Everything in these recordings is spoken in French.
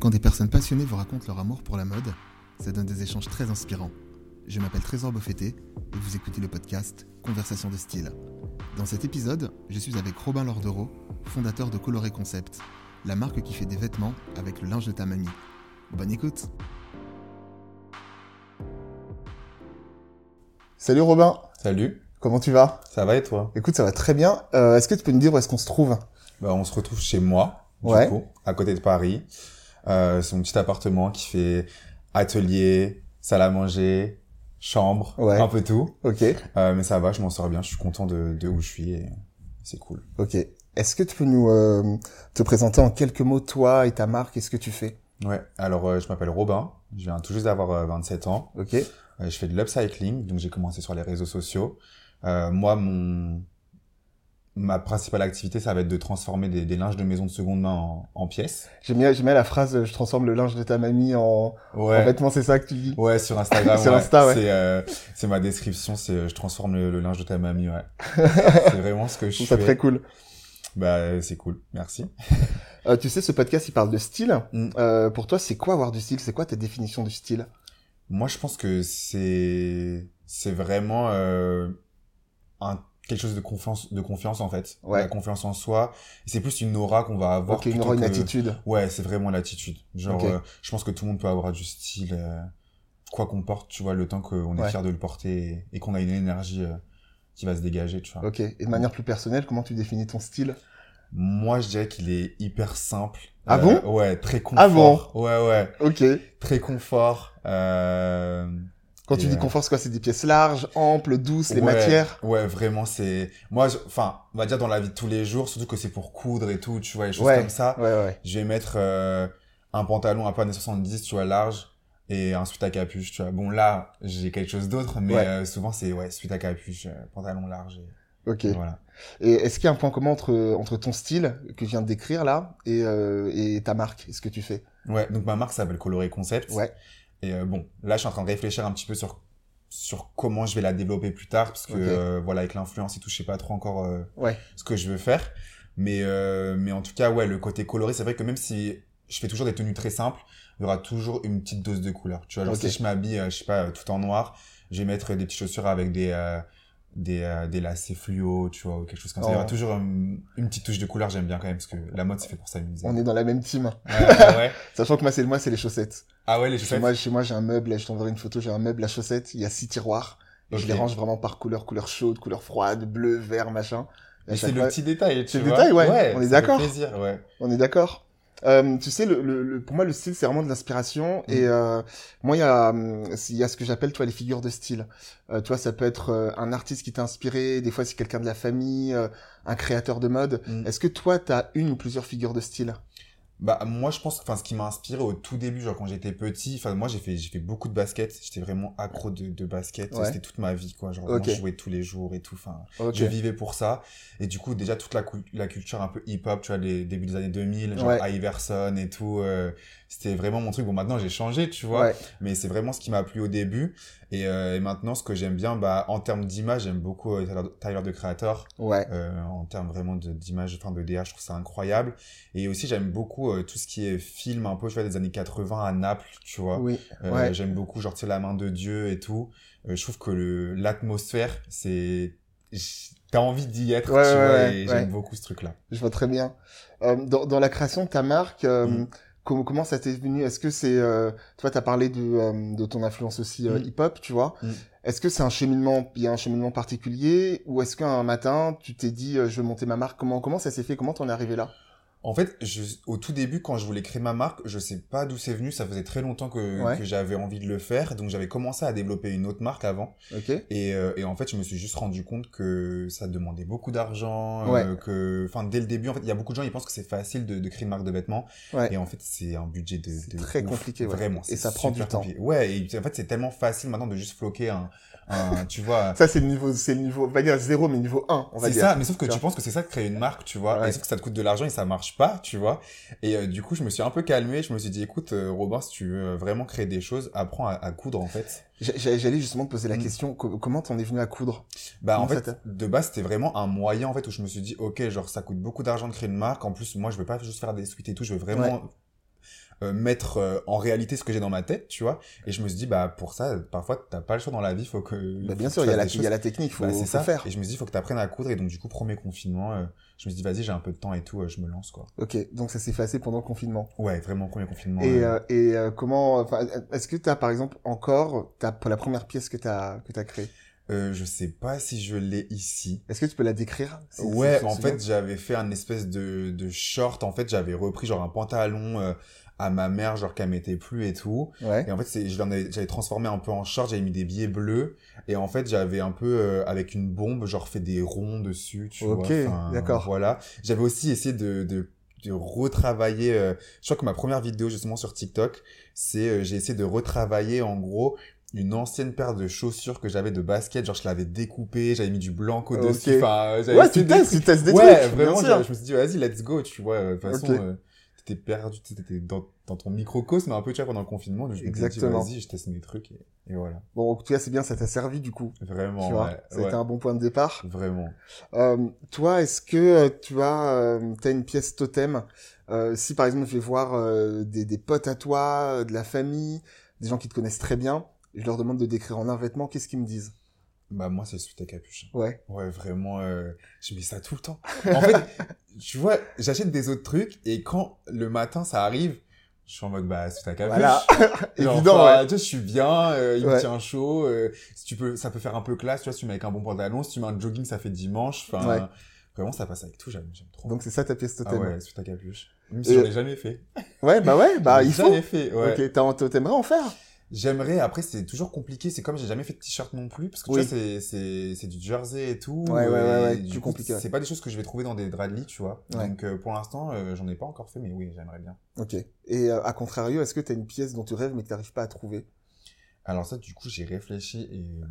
Quand des personnes passionnées vous racontent leur amour pour la mode, ça donne des échanges très inspirants. Je m'appelle Trésor Beaufetté et vous écoutez le podcast Conversation de style. Dans cet épisode, je suis avec Robin Lordereau, fondateur de Coloré Concept, la marque qui fait des vêtements avec le linge de ta mamie. Bonne écoute Salut Robin, Salut, comment tu vas ça va et toi Écoute, ça va très bien. Euh, est-ce que tu peux nous dire où est-ce qu'on se trouve bah, On se retrouve chez moi, du Ouais. coup, à côté de Paris. Euh, c'est mon petit appartement qui fait atelier, salle à manger, chambre, Ouais. un peu tout. Ok, Euh, mais ça va, je m'en sors bien, je suis content de, de où je suis et c'est cool. ok. Est-ce que tu peux nous euh, te présenter en quelques mots toi et ta marque et ce que tu fais Ouais, alors euh, je m'appelle Robin, je viens tout juste d'avoir euh, 27 ans. Ok, Euh, je fais de l'upcycling, donc j'ai commencé sur les réseaux sociaux. Euh, moi, mon... ma principale activité, ça va être de transformer des, des linges de maison de seconde main en, en pièces. j'aime bien, j'aime bien la phrase euh, « je transforme le linge de ta mamie en, Ouais. en vêtements », c'est ça que tu dis Ouais, sur Instagram. Sur ouais. Insta, ouais. C'est, euh, c'est ma description, c'est euh, je transforme le, le linge de ta mamie, ouais. c'est vraiment ce que Je je trouve ça fais. très cool. Bah, euh, c'est cool, merci. Euh, tu sais, ce podcast, il parle de style. Mm. Euh, pour toi, c'est quoi avoir du style C'est quoi ta définition du style Moi, je pense que c'est, c'est vraiment euh, un, quelque chose de confiance, de confiance en fait. Ouais. La confiance en soi. C'est plus une aura qu'on va avoir. Ok, une, plutôt aura, une que- attitude. Ouais, c'est vraiment l'attitude. Genre, Ok. euh, je pense que tout le monde peut avoir du style, euh, quoi qu'on porte, tu vois, le temps qu'on est Ouais. fier de le porter et, et qu'on a une énergie euh, qui va se dégager, tu vois. Ok. Et de manière plus personnelle, comment tu définis ton style Moi, je dirais qu'il est hyper simple. Euh, Ah bon Ouais, très confort. Ah bon Ouais, ouais, Ok. très confort. Euh... Quand tu Et, dis euh, confort, c'est quoi C'est des pièces larges, amples, douces, les ouais, matières Ouais, vraiment, c'est... Moi, je- enfin, on va dire dans la vie de tous les jours, surtout que c'est pour coudre et tout, tu vois, les choses Ouais. comme ça. Ouais, ouais. Je vais mettre euh, un pantalon un peu années 70, tu vois, large, et un sweat à capuche, tu vois. Bon, là, j'ai quelque chose d'autre, mais Ouais. euh, souvent, c'est, ouais, sweat à capuche, euh, pantalon large, et, Ok. et voilà. Et est-ce qu'il y a un point commun entre, entre ton style que je viens de décrire là et, euh, et ta marque et ce que tu fais Ouais, donc ma marque s'appelle Coloré Concept. Ouais. Et euh, bon, là, je suis en train de réfléchir un petit peu sur sur comment je vais la développer plus tard, parce que Ok. euh, voilà, avec l'influence et tout, je sais pas trop encore euh, Ouais. ce que je veux faire. Mais euh, mais en tout cas, ouais, le côté coloré, c'est vrai que même si je fais toujours des tenues très simples, il y aura toujours une petite dose de couleur. Tu vois, genre Ok. si je m'habille, euh, je sais pas, euh, tout en noir, je vais mettre des petites chaussures avec des euh, des, euh, des lacets fluo, tu vois, ou quelque chose comme ça. Il y aura Oh. toujours euh, une petite touche de couleur, j'aime bien quand même, parce que la mode, c'est fait pour s'amuser. Ah, On est dans la même team. Ouais, ouais. Sachant que moi, c'est moi, c'est les chaussettes. Ah ouais, les Chez chaussettes. moi, chez moi, j'ai un meuble. là, Je t'enverrai une photo. J'ai un meuble à chaussettes. Il y a six tiroirs. Et Je Ok. les range vraiment par couleur, couleur chaude, couleur froide, bleu, vert, machin. Et à Mais chaque c'est le fois- petit détail, tu C'est le vois. détail, ouais, on est ça fait d'accord. plaisir, ouais. On est d'accord. Euh, tu sais, le, le- le- pour moi, le style, c'est vraiment de l'inspiration. Et euh, moi, il y, a, hum, il y a ce que j'appelle, toi, les figures de style. Euh, tu vois, ça peut être euh, un artiste qui t'a inspiré, des fois, c'est quelqu'un de la famille, euh, un créateur de mode. Mm. Est-ce que toi, t'as une ou plusieurs figures de style Bah, moi, je pense, enfin, ce qui m'a inspiré au tout début, genre quand j'étais petit, enfin, moi, j'ai fait, j'ai fait beaucoup de basket. J'étais vraiment accro de, de basket. Ouais. C'était toute ma vie, quoi. Genre, Ok. moi, je jouais tous les jours et tout. Enfin, Ok. je vivais pour ça. Et du coup, déjà, toute la, cou- la culture un peu hip-hop, tu vois, les débuts des années 2000, genre Ouais. Iverson et tout. euh, c'était vraiment mon truc. Bon, maintenant, j'ai changé, tu vois. Ouais. Mais c'est vraiment ce qui m'a plu au début. Et, euh, et maintenant, ce que j'aime bien, bah, en termes d'image, j'aime beaucoup euh, Tyler- Tyler, de Creator. Ouais. euh, en termes vraiment de- d'image, enfin de DH, je trouve ça incroyable. Et aussi, j'aime beaucoup euh, tout ce qui est film, un peu, tu vois, des années 80 à Naples, tu vois. Oui. Euh, ouais. J'aime beaucoup, genre, tu sais, la main de Dieu et tout. Euh, je trouve que le- l'atmosphère, c'est. j- T'as envie d'y être, Ouais, tu ouais, vois, ouais, et ouais. j'aime beaucoup ce truc-là. Je vois très bien. Euh, dans, dans la création de ta marque, euh, Mm. com- comment ça t'est venu Est-ce que c'est... Euh, toi, tu as parlé de, euh, de ton influence aussi euh, Mm. hip-hop, tu vois. Mm. Est-ce que c'est un cheminement, il y a un cheminement particulier Ou est-ce qu'un matin, tu t'es dit, euh, je vais monter ma marque Comment, comment ça s'est fait Comment t'en es arrivé là En fait, je, au tout début, quand je voulais créer ma marque, je sais pas d'où c'est venu. Ça faisait très longtemps que, Ouais. que j'avais envie de le faire. Donc, j'avais commencé à développer une autre marque avant. Ok Et, euh, et en fait, je me suis juste rendu compte que ça demandait beaucoup d'argent, euh, Ouais. que, enfin, dès le début, en fait, il y a beaucoup de gens, ils pensent que c'est facile de, de créer une marque de vêtements, Ouais. et en fait, c'est un budget de, C'est de très ouf, compliqué, ouais. vraiment. c'est Et ça prend du super temps. compliqué. Ouais, et en fait, c'est tellement facile maintenant de juste floquer un, un tu vois. Ça, c'est le niveau, c'est le niveau, on va dire zéro, mais niveau 1, on va C'est dire. ça, mais sauf que Tu tu vois. penses que c'est ça de créer une marque, tu vois. Ouais. Et sauf que ça te coûte de l'argent et ça marche pas, tu vois. Et euh, du coup, je me suis un peu calmé. Je me suis dit, écoute, euh, Robin, si tu veux vraiment créer des choses, apprends à, à coudre, en fait. J'a- j'a- J'allais justement te poser la Mm. question, co- comment t'en es venu à coudre Bah en Comment ça fait, de base, c'était vraiment un moyen en fait où je me suis dit OK, genre ça coûte beaucoup d'argent de créer une marque. En plus, moi je veux pas juste faire des suites et tout, je veux vraiment euh, mettre euh, en réalité ce que j'ai dans ma tête, tu vois. Et je me suis dit, bah, pour ça, parfois, t'as pas le choix dans la vie, faut que. Bah, bien faut sûr, que il y, Mm. tu a la, fasses des il y a choses. la technique, faut, Bah, faut c'est ça. faire. Et je me suis dit, faut que t'apprennes à coudre. Et donc, du coup, premier confinement, euh, je me suis dit, vas-y, j'ai un peu de temps et tout, euh, je me lance, quoi. Ok, donc ça s'est effacé pendant le confinement. Ouais, vraiment, premier confinement. Et, euh, euh, et euh, comment, enfin, est-ce que t'as par exemple encore ta la première pièce que t'as que t'as créée euh, je sais pas si je l'ai ici. Est-ce que tu peux la décrire si- si Ouais, tu te en souviens fait, j'avais fait un espèce de, de short. En fait, j'avais repris genre un pantalon euh, à ma mère, genre qu'elle mettait plus et tout. Ouais. Et en fait, c'est- je l'en avais- j'avais transformé un peu en short. J'avais mis des billets bleus. Et en fait, j'avais un peu euh, avec une bombe, genre fait des ronds dessus. Tu Ok, vois, enfin, d'accord. Voilà. J'avais aussi essayé de, de, de retravailler. euh, je crois que ma première vidéo justement sur TikTok, c'est euh, j'ai essayé de retravailler en gros une ancienne paire de chaussures que j'avais de basket. Genre, je l'avais découpée. J'avais mis du blanco Ok. dessus. Enfin, euh, j'avais Ouais, essayé tu de- testes, tu testes des ouais, trucs. bien vraiment, sûr. je, je me suis dit, vas-y, let's go, tu vois. euh, De toute façon, Ok. euh, t'étais perdu, t'étais dans, dans ton microcosme un peu, tu vois, pendant le confinement. Donc, je me suis dit, Exactement. vas-y, je teste mes trucs et, et voilà. Bon, en tout cas, c'est bien, ça t'a servi du coup. Vraiment, tu vois, ouais, ça a été ouais, un bon point de départ. Vraiment. Euh, toi, est-ce que euh, tu as, euh, t'as une pièce totem Euh, Si par exemple, je vais voir euh, des, des potes à toi, euh, de la famille, des gens qui te connaissent très bien, je leur demande de décrire en un vêtement, qu'est-ce qu'ils me disent Bah, moi, c'est suite à capuche. Ouais. Ouais, vraiment, euh, je mets ça tout le temps. En fait, tu vois, j'achète des autres trucs et quand le matin, ça arrive, je suis en mode, bah, suite à capuche. Voilà. Genre, Évident, enfin, ouais. Tu vois, je suis bien, euh, il me Ouais. tient chaud. euh, si tu peux, ça peut faire un peu classe, tu vois, si tu mets avec un bon pantalon, si tu mets un jogging, ça fait dimanche. Enfin, Ouais. vraiment, ça passe avec tout, j'aime, j'aime trop. Donc c'est ça ta pièce ah totem. ouais, sous ta capuche. Même si Et- j'en ai jamais fait. Ouais, bah ouais, bah J'en ai il faut. Jamais fait, ouais. Ok, t'as- t'as- t'aimerais en faire J'aimerais, après, c'est toujours compliqué, c'est comme j'ai jamais fait de t-shirt non plus, parce que Oui. tu vois, c'est, c'est, c'est du jersey et tout. Ouais, ouais, ouais, et ouais, du plus coup, compliqué, ouais. C'est pas des choses que je vais trouver dans des draps tu vois. Ouais. Donc, euh, pour l'instant, euh, j'en ai pas encore fait, mais oui, j'aimerais bien. Ok. Et euh, à contrario, est-ce que t'as une pièce dont tu rêves mais que t'arrives pas à trouver Alors ça, du coup, j'ai réfléchi et euh,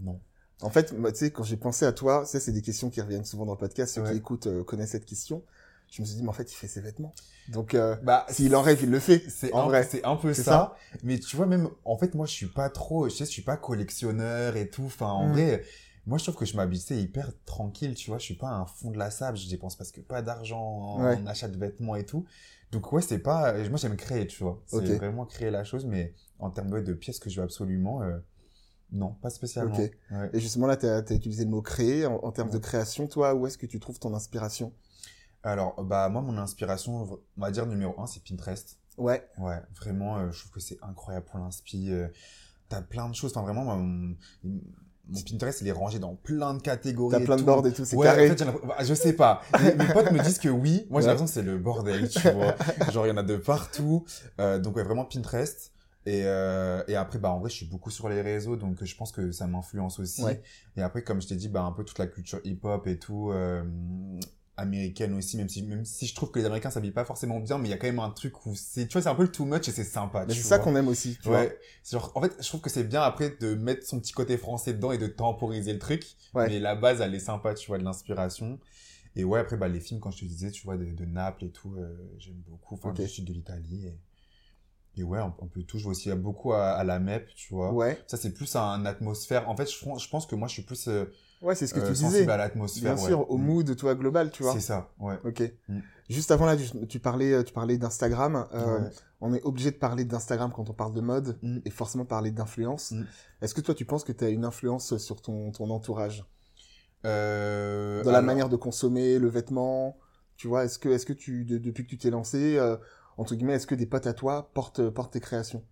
non. En fait, moi, tu sais, quand j'ai pensé à toi, ça, c'est des questions qui reviennent souvent dans le podcast. Ceux qui Ouais. écoutent euh, connaissent cette question. Je me suis dit, mais en fait, il fait ses vêtements. Donc, euh, Bah, s'il en rêve, il le fait. C'est En un, vrai. c'est un peu C'est ça, Mais tu vois, même, en fait, moi, je suis pas trop, je sais, je suis pas collectionneur et tout. Enfin, en Mm. vrai, moi, je trouve que je m'habille tu sais, hyper tranquille, tu vois. Je suis pas un fond de la sable, je dépense presque pas d'argent en, Ouais. en achat de vêtements et tout. Donc, ouais, c'est pas, euh, moi, j'aime créer, tu vois. C'est Ok. vraiment créer la chose, mais en termes ouais, de pièces que je veux absolument, euh, non, pas spécialement. Ok. Ouais. Et justement, là, t'as as utilisé le mot créer. En, en termes de Ouais. création, toi, où est-ce que tu trouves ton inspiration Alors, bah, moi, mon inspiration, on va dire numéro un, c'est Pinterest. Ouais. Ouais, vraiment, euh, je trouve que c'est incroyable pour l'inspi. euh, T'as plein de choses. Enfin, vraiment, moi, mon, mon Pinterest, il est rangé dans plein de catégories. T'as et plein de tout. boards et tout, c'est Ouais, carré. en fait, j'ai l'impression- bah, je sais pas. Mes, mes potes me disent que oui. Moi, j'ai Ouais. l'impression que c'est le bordel, tu vois. Genre, il y en a de partout. Euh, donc, ouais, vraiment Pinterest. Et, euh, et après, bah, en vrai, je suis beaucoup sur les réseaux, donc je pense que ça m'influence aussi. Ouais. Et après, comme je t'ai dit, bah, un peu toute la culture hip-hop et tout, euh, américaine aussi, même si, même si je trouve que les Américains s'habillent pas forcément bien, mais il y a quand même un truc où c'est, tu vois, c'est un peu le too much et c'est sympa. Mais tu c'est ça vois. qu'on aime aussi. Tu Ouais, C'est genre, en fait, je trouve que c'est bien après de mettre son petit côté français dedans et de temporiser le truc. Ouais. Mais la base, elle est sympa, tu vois, de l'inspiration. Et ouais, après, bah, les films, quand je te disais, tu vois, de, de Naples et tout, euh, j'aime beaucoup. Enfin, Ok. du sud de l'Italie. Et, et ouais, on, on peut tout. Je vois aussi beaucoup à, à la MEP, tu vois. vois. Ouais. Ça, c'est plus un atmosphère. En fait, je, pense- je pense que moi, je suis plus euh, Ouais, c'est ce que euh, tu disais. sensible à l'atmosphère. Bien ouais. sûr, au Mm. mood, toi, global, tu vois. C'est ça, ouais. Ok. Mm. Juste avant là, tu tu parlais, euh, tu parlais d'Instagram. Euh, Ouais. On est obligé de parler d'Instagram quand on parle de mode Mm. et forcément parler d'influence. Mm. Est-ce que toi, tu penses que tu as une influence sur ton, ton entourage Euh, Dans la alors- manière de consommer, le vêtement Tu vois, est-ce que, est que tu, de- depuis que tu t'es lancé, euh, entre guillemets, est-ce que des potes à toi portent, portent tes créations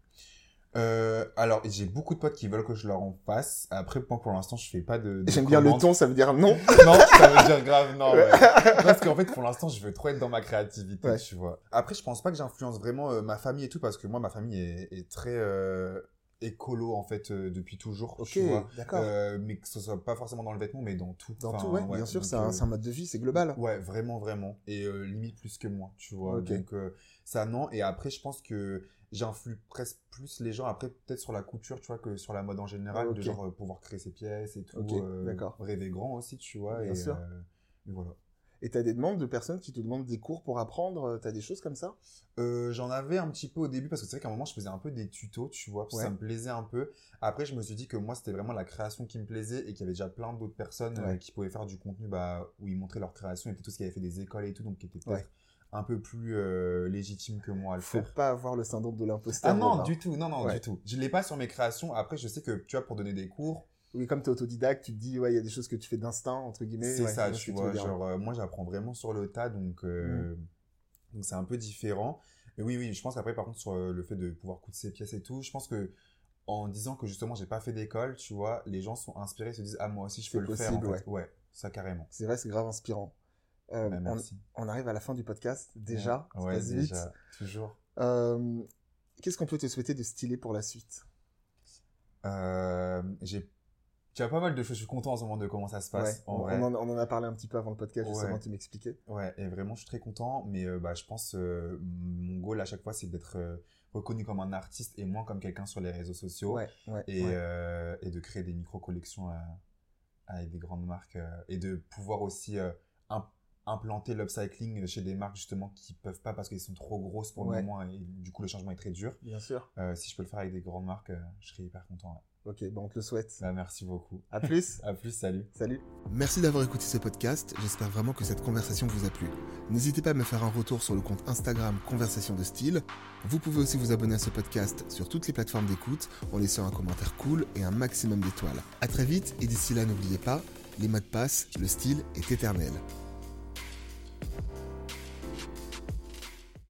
Euh, alors, j'ai beaucoup de potes qui veulent que je leur en fasse. Après, moi, pour l'instant, je fais pas de. de J'aime bien le commandes. ton, ça veut dire non. non, ça veut dire grave non. ouais. Parce qu'en fait, pour l'instant, je veux trop être dans ma créativité, Ouais. tu vois. Après, je pense pas que j'influence vraiment euh, ma famille et tout, parce que moi, ma famille est, est très euh, écolo, en fait, euh, depuis toujours, ok, tu vois. d'accord. Euh, mais que ce soit pas forcément dans le vêtement, mais dans tout. Dans Enfin, tout, ouais, bien sûr, donc, c'est un, euh, c'est un mode de vie, c'est global. Ouais, vraiment, vraiment. Et euh, limite plus que moi, tu vois. Ok. Donc, euh, ça, non. Et après, je pense que j'influe presque plus les gens, après, peut-être sur la couture, tu vois, que sur la mode en général, Ok. de genre euh, pouvoir créer ses pièces et tout. Ok, euh, d'accord. Rêver grand aussi, tu vois. Bien et, sûr. euh, et voilà. Et tu as des demandes de personnes qui te demandent des cours pour apprendre, tu as des choses comme ça Euh, J'en avais un petit peu au début parce que c'est vrai qu'à un moment je faisais un peu des tutos, tu vois, parce que Ouais. ça me plaisait un peu. Après, je me suis dit que moi c'était vraiment la création qui me plaisait et qu'il y avait déjà plein d'autres personnes euh, Ouais. qui pouvaient faire du contenu bah, où ils montraient leur création et peut-être tous qui avaient fait des écoles et tout, donc qui étaient peut-être Ouais. un peu plus euh, légitime que moi à le Faut faire. pas avoir le syndrome de l'imposteur. Ah non, Robin. du tout, non, non, Ouais. du tout. Je l'ai pas sur mes créations. Après, je sais que, tu vois, pour donner des cours, Oui, comme t'es autodidacte, tu te dis, ouais, il y a des choses que tu fais d'instinct, entre guillemets. c'est ouais, ça, je vois ce tu que tu vois. veux dire. Genre, euh, moi, j'apprends vraiment sur le tas, Mmh. donc euh, donc c'est un peu différent. Mais oui, oui, je pense qu'après, par contre, sur euh, le fait de pouvoir coudre ses pièces et tout, je pense que en disant que justement, j'ai pas fait d'école, tu vois, les gens sont inspirés, se disent, ah, moi aussi, je peux C'est le faire. en possible, fait. ouais, ça carrément. C'est vrai, c'est grave inspirant. Euh, Bah, on, merci. on arrive à la fin du podcast, déjà. ça Ouais, passe vite. déjà, toujours. Euh, Qu'est-ce qu'on peut te souhaiter de stylé pour la suite Euh, j'ai tu as pas mal de choses, je suis content en ce moment de comment ça se passe. Ouais, en on, vrai. on en, on en a parlé un petit peu avant le podcast, Ouais. justement, tu m'expliquais. Ouais, et vraiment, je suis très content, mais euh, bah, je pense euh, mon goal à chaque fois, c'est d'être euh, reconnu comme un artiste et moins comme quelqu'un sur les réseaux sociaux Ouais, ouais. et, ouais. euh, et de créer des micro-collections euh, avec des grandes marques euh, et de pouvoir aussi euh, im- implanter l'upcycling chez des marques justement qui peuvent pas parce qu'elles sont trop grosses pour Ouais. le moment et du coup, le changement est très dur. Bien sûr. Euh, si je peux le faire avec des grandes marques, euh, je serais hyper content. ouais. Ok, bon, on te le souhaite. Bah, merci beaucoup. À plus. À plus, salut. Salut. Merci d'avoir écouté ce podcast, j'espère vraiment que cette conversation vous a plu. N'hésitez pas à me faire un retour sur le compte Instagram Conversation de Style. Vous pouvez aussi vous abonner à ce podcast sur toutes les plateformes d'écoute en laissant un commentaire cool et un maximum d'étoiles. A très vite et d'ici là n'oubliez pas, les mots de passe, le style est éternel.